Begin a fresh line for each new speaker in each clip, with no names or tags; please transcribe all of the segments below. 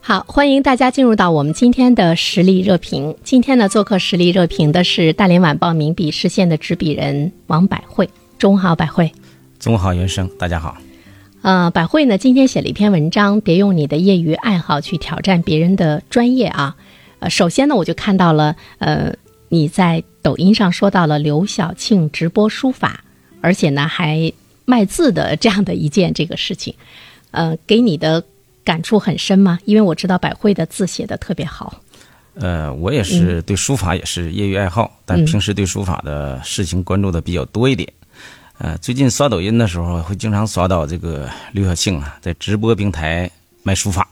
好，欢迎大家进入到我们今天的实力热评。今天呢，做客实力热评的是大连晚报名笔视线的执笔人王百惠。中午好，百惠。
中午好，原生，大家好。
呃，百惠呢今天写了一篇文章，别用你的业余爱好去挑战别人的专业啊。呃，首先呢，我就看到了，呃，你在抖音上说到了刘晓庆直播书法，而且呢还卖字的这样的一件这个事情，呃，给你的感触很深吗？因为我知道百惠的字写的特别好。
呃，我也是对书法也是业余爱好，但平时对书法的事情关注的比较多一点。呃，最近刷抖音的时候，会经常刷到这个刘晓庆啊，在直播平台卖书法。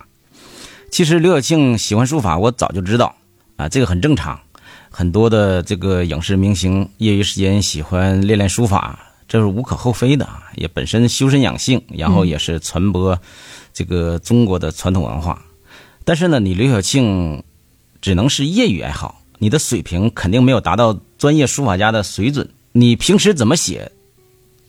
其实刘晓庆喜欢书法，我早就知道啊，这个很正常。很多的这个影视明星业余时间喜欢练练书法，这是无可厚非的啊，也本身修身养性，然后也是传播这个中国的传统文化。但是呢，你刘晓庆只能是业余爱好，你的水平肯定没有达到专业书法家的水准。你平时怎么写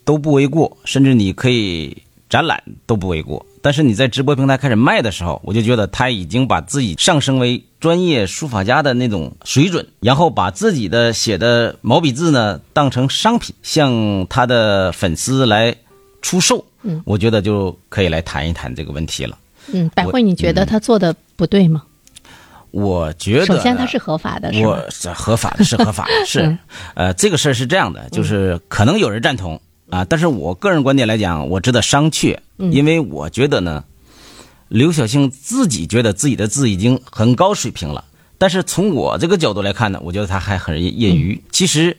都不为过，甚至你可以展览都不为过。但是你在直播平台开始卖的时候，我就觉得他已经把自己上升为专业书法家的那种水准，然后把自己的写的毛笔字呢当成商品，向他的粉丝来出售。嗯，我觉得就可以来谈一谈这个问题了。
嗯，百惠，你觉得他做的不对吗？
我觉得
首先，
呢
他是合法的，是吗？嗯
我是合法的，是合法的， 是，呃，这个事儿是这样的，就是可能有人赞同啊，但是我个人观点来讲，我值得商榷，
嗯
因为我觉得呢，刘晓庆自己觉得自己的字已经很高水平了，但是从我这个角度来看呢，我觉得他还很业
嗯
余。其实，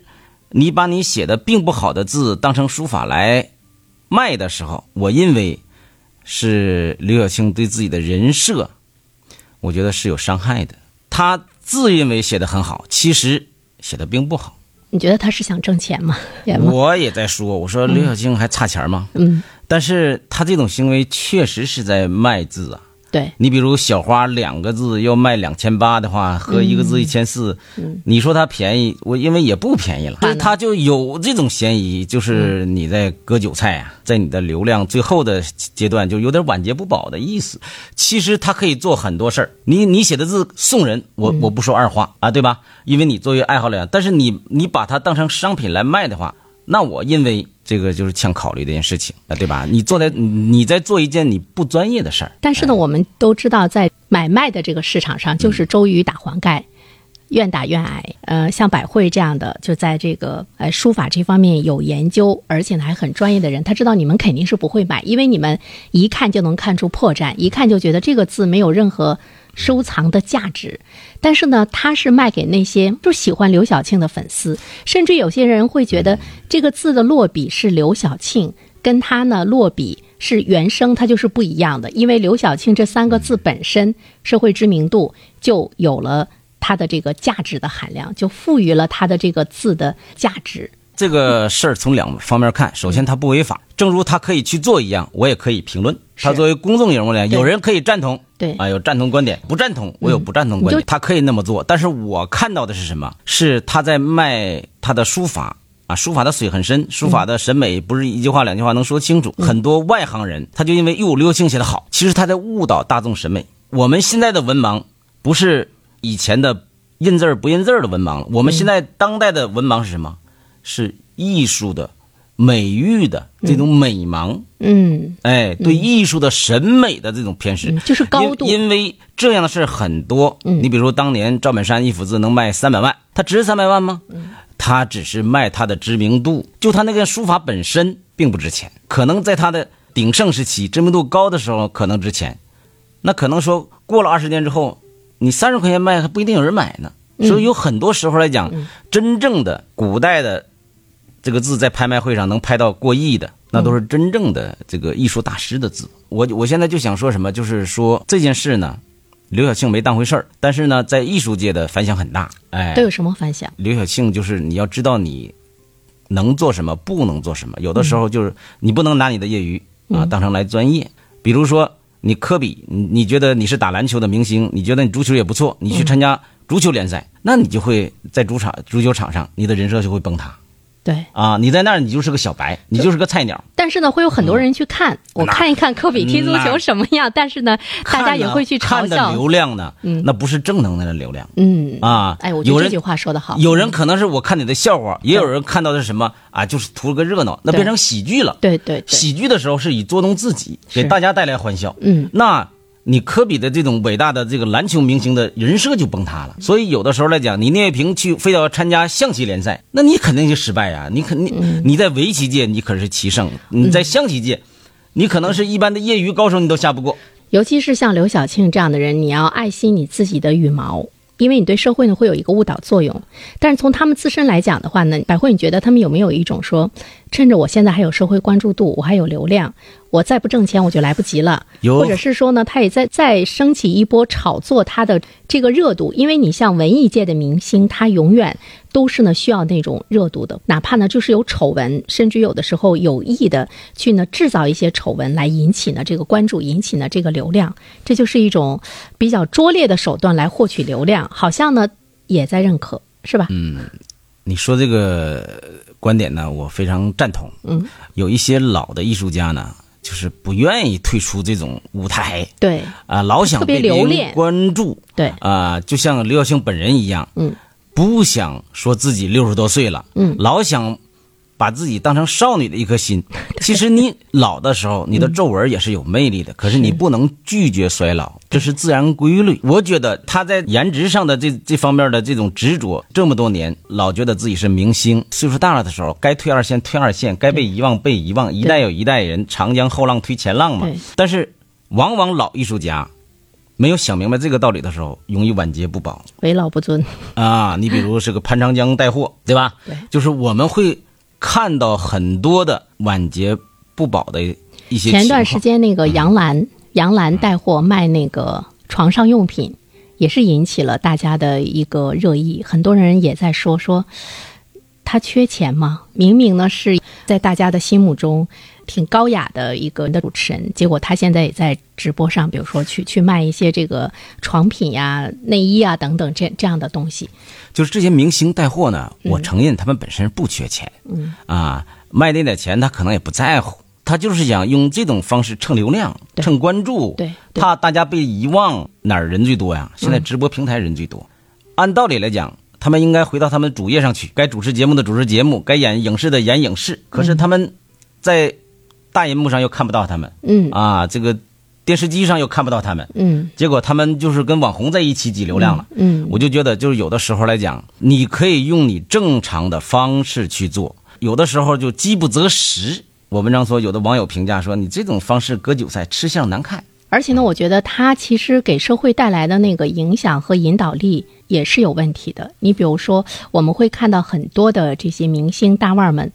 你把你写的并不好的字当成书法来卖的时候，我认为是刘晓庆对自己的人设，我觉得是有伤害的。他自认为写的很好，其实写的并不好。
你觉得他是想挣钱吗？也吗？
我也在说，我说刘晓庆还差钱吗？
嗯，
但是他这种行为确实是在卖字啊。
对，
你比如小花两个字要卖两千八的话，和一个字一千四，你说它便宜，我因为也不便宜了，但是它就有这种嫌疑，就是你在割韭菜啊，在你的流量最后的阶段就有点晚节不保的意思。其实它可以做很多事儿，你你写的字送人，我我不说二话啊，对吧？因为你作为爱好来讲，但是你你把它当成商品来卖的话，那我认为这个就是欠考虑的一件事情啊，对吧？你做的你你在做一件你不专业的事儿。
但是呢，我们都知道，在买卖的这个市场上，就是周瑜打黄盖，愿打愿挨。呃，像百惠这样的，就在这个呃书法这方面有研究，而且呢还很专业的人，呃他知道你们肯定是不会买，因为你们一看就能看出破绽，一看就觉得这个字没有任何收藏的价值。但是呢，他是卖给那些就喜欢刘晓庆的粉丝，甚至有些人会觉得这个字的落笔是刘晓庆，跟他呢落笔是原声，它就是不一样的。因为刘晓庆这三个字本身社会知名度就有了它的这个价值的含量，就赋予了它的这个字的价值。
这个事儿从两方面看，首先他不违法，正如他可以去做一样，我也可以评论。他作为公众人物呢，有人可以赞同，
对嗯
啊，有赞同观点，不赞同我有不赞同观
你
点
就，
他可以那么做。但是我看到的是什么？是他在卖他的书法啊，书法的水很深，书
嗯
法的审美不是一句话两句话能说清楚。很多外行人他就因为哟刘星写的好，其实他在误导大众审美。我们现在的文盲不是以前的印
嗯
字儿不印字儿的文盲了，我们现在当代的文盲是什么？是艺术的美育的这种美盲，
嗯
哎，对艺术的审美的这种偏食，
嗯就是高度
因因为这样的事儿很多。
嗯
你比如当年赵本山一幅字能卖三百万，他值三百万吗？
嗯
他只是卖他的知名度，就他那个书法本身并不值钱，可能在他的鼎盛时期、知名度高的时候可能值钱，那可能说过了二十年之后，你三十块钱卖还不一定有人买呢。所以有很多时候来讲，真正的古代的这个字在拍卖会上能拍到过亿的，那都是真正的这个艺术大师的字。我我现在就想说什么，就是说这件事呢，刘晓庆没当回事儿，但是呢，在艺术界的反响很大。哎，
都有什么反响？
刘晓庆就是你要知道你能做什么，不能做什么。有的时候就是你不能拿你的业余
嗯
啊当成来专业。比如说你科比，你你觉得你是打篮球的明星，你觉得你足球也不错，你去参加足球联
嗯
赛，那你就会在主场足球场上，你的人设就会崩塌
对，
啊！你在那儿你就是个小白，你就是个菜鸟。
但是呢，会有很多人去看，我
嗯那
看一看科比踢足球什么样，但是呢，大家
看
也
呢
会去嘲
看的
笑。
流量呢，那不是正能量的流量
嗯，
啊！
哎，我觉
有
得这
人
句话说的好。嗯
有人可能是我看你的笑话，也有人看到的是什么啊，就是图个热闹，那
对
变成喜剧了。
对对对，
喜剧的时候是以捉弄自己，
是
给大家带来欢笑。
嗯，
那你科比的这种伟大的这个篮球明星的人设就崩塌了。所以有的时候来讲，你聂卫平去非要参加象棋联赛，那你肯定就失败呀、你肯定、
嗯
你在围棋界你可是棋圣，你在象棋界。你可能是一般的业余高手，你都下不过。
尤其是像刘晓庆这样的人，你要爱惜你自己的羽毛，因为你对社会呢会有一个误导作用。但是从他们自身来讲的话呢，百惠，你觉得他们有没有一种说，趁着我现在还有社会关注度，我还有流量，我再不挣钱我就来不及了，
有
或者是说呢，他也在再升起一波炒作他的这个热度，因为你像文艺界的明星，他永远都是呢需要那种热度的，哪怕呢就是有丑闻，甚至有的时候有意的去呢制造一些丑闻来引起呢这个关注，引起呢这个流量，这就是一种比较拙劣的手段来获取流量，好像呢也在认可，是吧？嗯
你说这个观点呢，我非常赞同。
嗯，
有一些老的艺术家呢，就是不愿意退出这种舞台
对
啊、老想
特别
被别
留
人
恋
关注。
对，
啊、就像刘晓庆本人一样，
嗯，
不想说自己六十多岁了，
嗯
老想把自己当成少女的一 颗心。其实你老的时候，你的皱纹也是有魅
嗯
力的，可是你不能拒绝衰老，这是自然规律。我觉得他在颜值上的这这方面的这种执着，这么多年老觉得自己是明星，岁数大了的时候，该退二线退二线，该被遗忘被遗忘，一代有一代人，长江后浪推前浪嘛
对。
但是往往老艺术家。没有想明白这个道理的时候，容易晚节不保。
为老不尊，
啊，你比如是个潘长江带货，对吧？
对
就是我们会看到很多的晚节不保的一些情况。
前段时间那个杨澜，杨澜带货卖那个床上用品，也是引起了大家的一个热议。很多人也在说说，她缺钱吗？明明呢是在大家的心目中挺高雅的一个主持人，结果她现在也在直播上，比如说去去卖一些这个床品呀、内衣啊等等这这样的东西。
就是这些明星带货呢，
嗯
我承认他们本身不缺钱，嗯啊，卖那点钱他可能也不在乎，他就是想用这种方式蹭流量、
对
蹭关注，
对对嗯
怕大家被遗忘，哪儿人最多呀？现在直播平台人最多，按道理来讲。他们应该回到他们主业上去，该主持节目的主持节目，该演影视的演影视。可是他们在大银幕上又看不到他们，
嗯
啊，这个电视机上又看不到他们，
嗯
结果他们就是跟网红在一起挤流量了。
嗯，
我就觉得，就是有的时候来讲，你可以用你正常的方式去做，有的时候就饥不择食。我文章说，有的网友评价说，你这种方式割韭菜，吃相难看。
而且呢，我觉得它其实给社会带来的那个影响和引导力也是有问题的。你比如说，我们会看到很多的这些明星大腕儿们，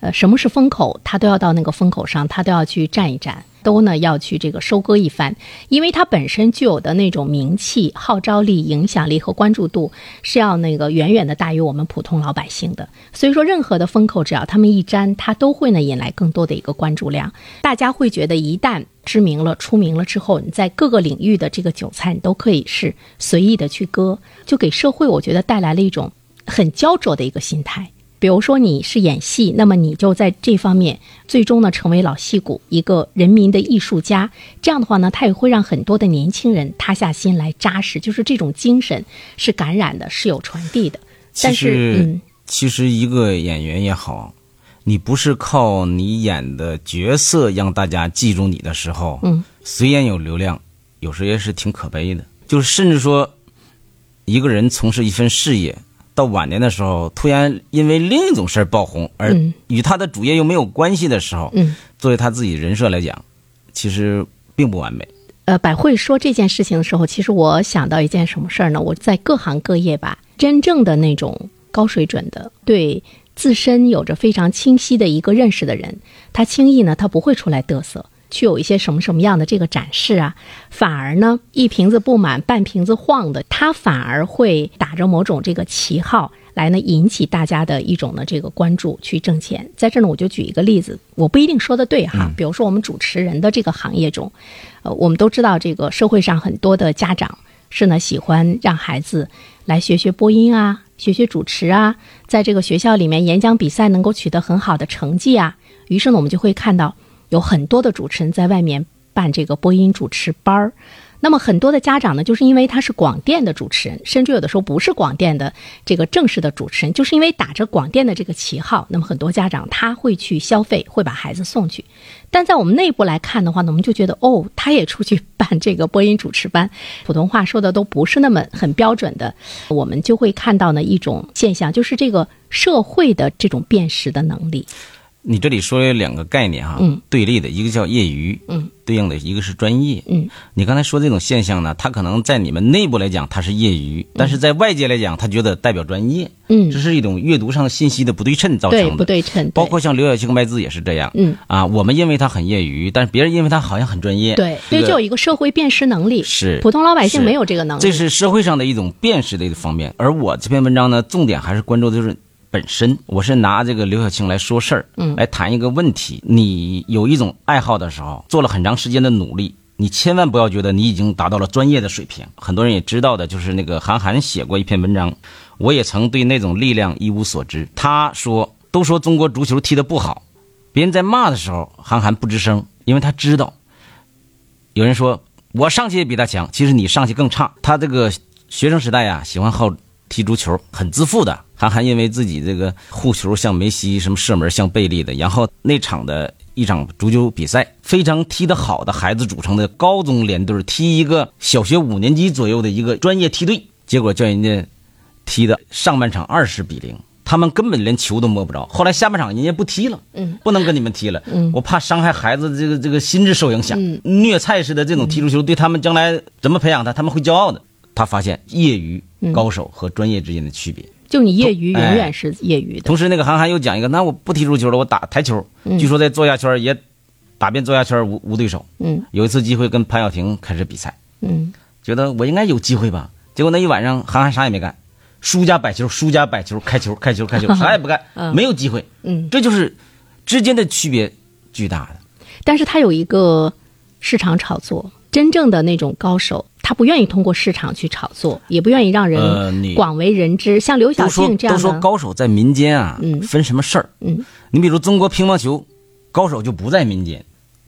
呃，什么是风口，他都要到那个风口上，他都要去站一站，都呢要去这个收割一番，因为他本身具有的那种名气、号召力、影响力和关注度是要那个远远的大于我们普通老百姓的。所以说，任何的风口只要他们一沾，它都会呢引来更多的一个关注量。大家会觉得一旦知名了、出名了之后，你在各个领域的这个韭菜，你都可以是随意的去割，就给社会我觉得带来了一种很焦灼的一个心态。比如说你是演戏，那么你就在这方面最终呢成为老戏骨，一个人民的艺术家。这样的话呢，他也会让很多的年轻人塌下心来扎实，就是这种精神是感染的，是有传递的。
其
但是，
实
嗯，
其实一个演员也好，你不是靠你演的角色让大家记住你的时候，嗯，虽然有流量，有时也是挺可悲的。就是甚至说，一个人从事一份事业，到晚年的时候，突然因为另一种事儿爆红，而与他的主业又没有关系的时候，
嗯，
作为他自己人设来讲，其实并不完美。
呃，百惠说这件事情的时候，其实我想到一件什么事儿呢？我在各行各业吧，真正的那种高水准的，对自身有着非常清晰的一个认识的人，他轻易呢，他不会出来嘚瑟，去有一些什么什么样的这个展示啊，反而呢，一瓶子不满半瓶子晃的，他反而会打着某种这个旗号。来呢，引起大家的一种呢这个关注，去挣钱。在这呢，我就举一个例子，我不一定说的对哈。比如说我们主持人的这个行业中，呃，我们都知道这个社会上很多的家长是呢喜欢让孩子来学学播音啊，学学主持啊，在这个学校里面演讲比赛能够取得很好的成绩啊。于是呢，我们就会看到有很多的主持人在外面办这个播音主持班儿。那么很多的家长呢，就是因为他是广电的主持人，甚至有的时候不是广电的这个正式的主持人，就是因为打着广电的这个旗号，那么很多家长他会去消费，会把孩子送去。但在我们内部来看的话呢，我们就觉得哦，他也出去办这个播音主持班， 普通话说的都不是那么很标准的，我们就会看到呢一种现象，就是这个社会的这种辨识的能力。
你这里说了两个概念哈，
嗯
对立的，一个叫业余，
嗯，
对应的一个是专业，
嗯，
你刚才说这种现象呢，它可能在你们内部来讲它是业余，但是在外界来讲，他觉得代表专业，
嗯
这，是一种阅读上信息的不对称造
对，
成
不
的，
对称，
包
对
括像刘晓庆卖字也是这样，
嗯，
啊，我们认为他很业余，但是别人认为他好像很专业，
对，所
这
以
个
就有一个社会辨识能力，
是
普通老百姓
是
没有这个能力。
这是社会上的一种辨识的一个方面。而我这篇文章呢，重点还是关注的就是本身。我是拿这个刘晓庆来说事儿，
嗯
来谈一个问题。你有一种爱好的时候，做了很长时间的努力。你千万不要觉得你已经达到了专业的水平。很多人也知道的，就是那个韩寒写过一篇文章，我也曾对那种力量一无所知。他说，都说中国足球踢得不好，别人在骂的时候，韩寒不吱声，因为他知道有人说我上去也比他强，其实你上去更差。他这个学生时代啊，喜欢好踢足球，很自负的。韩寒因为自己这个护球像梅西，什么射门像贝利的，然后那场的一场足球比赛，非常踢得好的孩子组成的高中联队踢一个小学五年级左右的一个专业梯队，结果叫人家踢的上半场二十比零，他们根本连球都摸不着。后来下半场人家不踢了，嗯，不能跟你们踢了，嗯，我怕伤害孩子这个这个心智受影响，虐菜似的这种踢足球对他们将来怎么培养他，他们会骄傲的。他发现业余高手和专业之间的区别。
就你业余
同哎
永远是业余的，
同时，那个韩寒又讲一个，那我不踢足球了，我打台球。据说在座下圈也打遍座下圈无无对手。
嗯，
有一次机会跟潘晓婷开始比赛，
嗯，
觉得我应该有机会吧。结果那一晚上，韩寒啥也没干，输家摆球，输家摆球，开球，开球，开球，啥也不干，没有机会。
嗯，
这就是之间的区别巨大的。
但是它有一个市场炒作，真正的那种高手，他不愿意通过市场去炒作，也不愿意让
呃
人
你
广为人知。像刘晓
都说
庆这样
都说
的，
高手在民间啊，
嗯
分什么事儿？
嗯，
你比如中国乒乓球，高手就不在民间，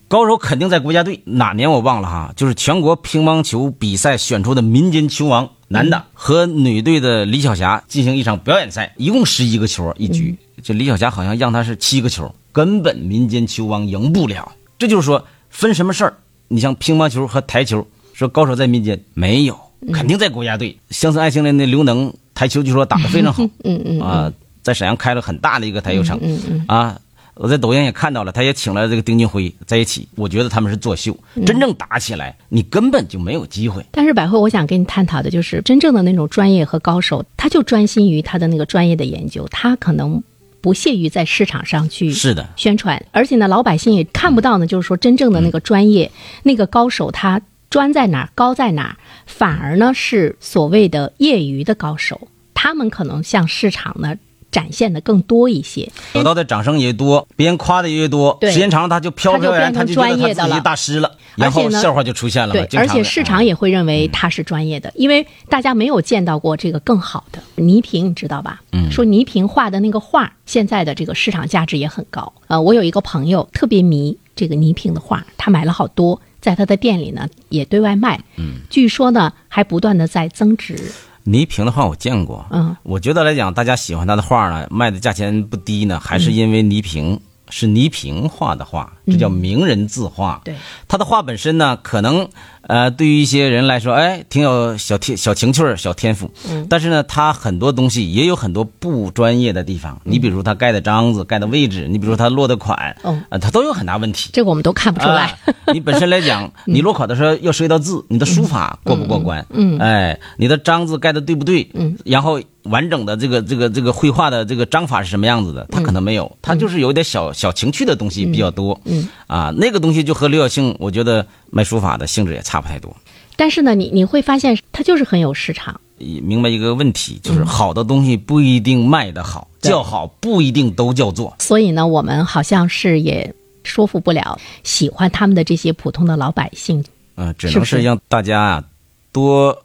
高手肯定在国家队。哪年我忘了哈，就是全国乒乓球比赛选出的民间球王男
嗯
的和女队的李晓霞进行一场表演赛，一共十一个球一局，
嗯
这李晓霞好像让他是七个球，根本民间球王赢不了。这就是说分什么事儿？你像乒乓球和台球，说高手在民间没有，
嗯
肯定在国家队。乡村爱情里那刘能台球据说打得非常好，
嗯嗯
啊，在沈阳开了很大的一个台球场，
嗯嗯
啊，我在抖音也看到了，他也请了这个丁俊晖在一起，我觉得他们是作秀，
嗯
真正打起来你根本就没有机会。
但是百惠，我想跟你探讨的就是，真正的那种专业和高手，他就专心于他的那个专业的研究，他可能不屑于在市场上去
是的，
宣传，而且呢，老百姓也看不到呢，就是说真正的那个专业、那个高手他专在哪儿、高在哪儿，反而呢是所谓的业余的高手，他们可能向市场呢展现的更多一些。
得到的掌声也多，别人夸的也越多，
对
时间长了他就飘
他就
飘然，
变成
他就觉得
专业的
他自己
了
是大师了，
而
然
且呢
后笑话就出现了嘛
对，，
经
而
常
且
的啊嗯
市场也会认为他是专业的，因为大家没有见到过这个更好的倪萍，你知道吧？嗯，说倪萍画的那个画，现在的这个市场价值也很高。呃，我有一个朋友特别迷这个倪萍的画，他买了好多，在他的店里呢也对外卖。嗯，据说呢还不断的在增值。
倪萍的画我见过，
嗯，
我觉得来讲，大家喜欢他的画呢，卖的价钱不低呢，还是因为倪萍、
嗯
是倪萍画的画，这叫名人字画。
嗯对，
他的画本身呢，可能呃，对于一些人来说，哎，挺有小天小情趣儿、小天赋。嗯，但是呢，他很多东西也有很多不专业的地方。你比如他盖的章子、盖的位置，你比如他落的款，
嗯
呃，他都有很大问题。
这个我们都看不出来。
啊。你本身 来讲，你落款的时候要涉及到字，你的书法过不过关？
嗯嗯
哎，你的章字盖的对不对？嗯，然后完整的这个这个这个绘画的这个章法是什么样子
嗯
的？他可能没有，他就是有点小小情趣的东西比较多。嗯，啊，那个东西就和刘晓庆，我觉得卖书法的性质也差不太多。
但是呢，你你会发现它就是很有市场。
也明白一个问题，
嗯
就是好的东西不一定卖得好，叫好不一定都叫做。
所以呢，我们好像是也说服不了喜欢他们的这些普通的老百姓。
嗯，只
是不
能
是
是让大家啊多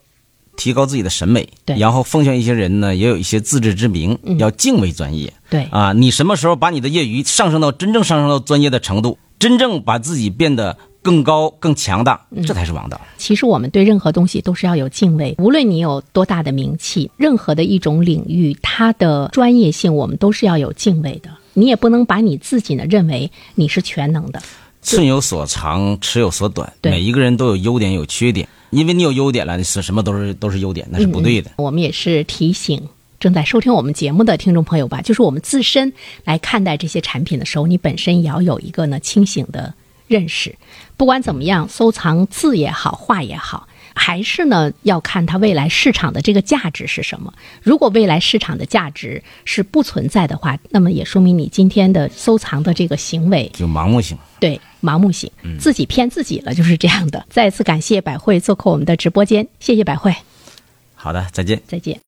提高自己的审美，
对嗯
然后奉劝一些人呢，也有一些自知之明，要敬畏专业
对，
啊。你什么时候把你的业余上升到真正上升到专业的程度，真正把自己变得更高更强大，
嗯
这才是王道。
其实我们对任何东西都是要有敬畏，无论你有多大的名气，任何的一种领域，它的专业性我们都是要有敬畏的。你也不能把你自己呢认为你是全能的，
寸有所长，尺有所短，
对
每一个人都有优点有缺点，因为你有优点了，你是什么都是都是优点，那是
嗯
不对的。
我们也是提醒正在收听我们节目的听众朋友吧，就是我们自身来看待这些产品的时候，你本身也要有一个呢清醒的认识。不管怎么样，收藏字也好，画也好。还是呢，要看它未来市场的这个价值是什么。如果未来市场的价值是不存在的话，那么也说明你今天的收藏的这个行为
就盲目性。
对，盲目性，
嗯
自己骗自己了，就是这样的。再次感谢百惠做客我们的直播间，谢谢百惠，
好的，再见。
再见。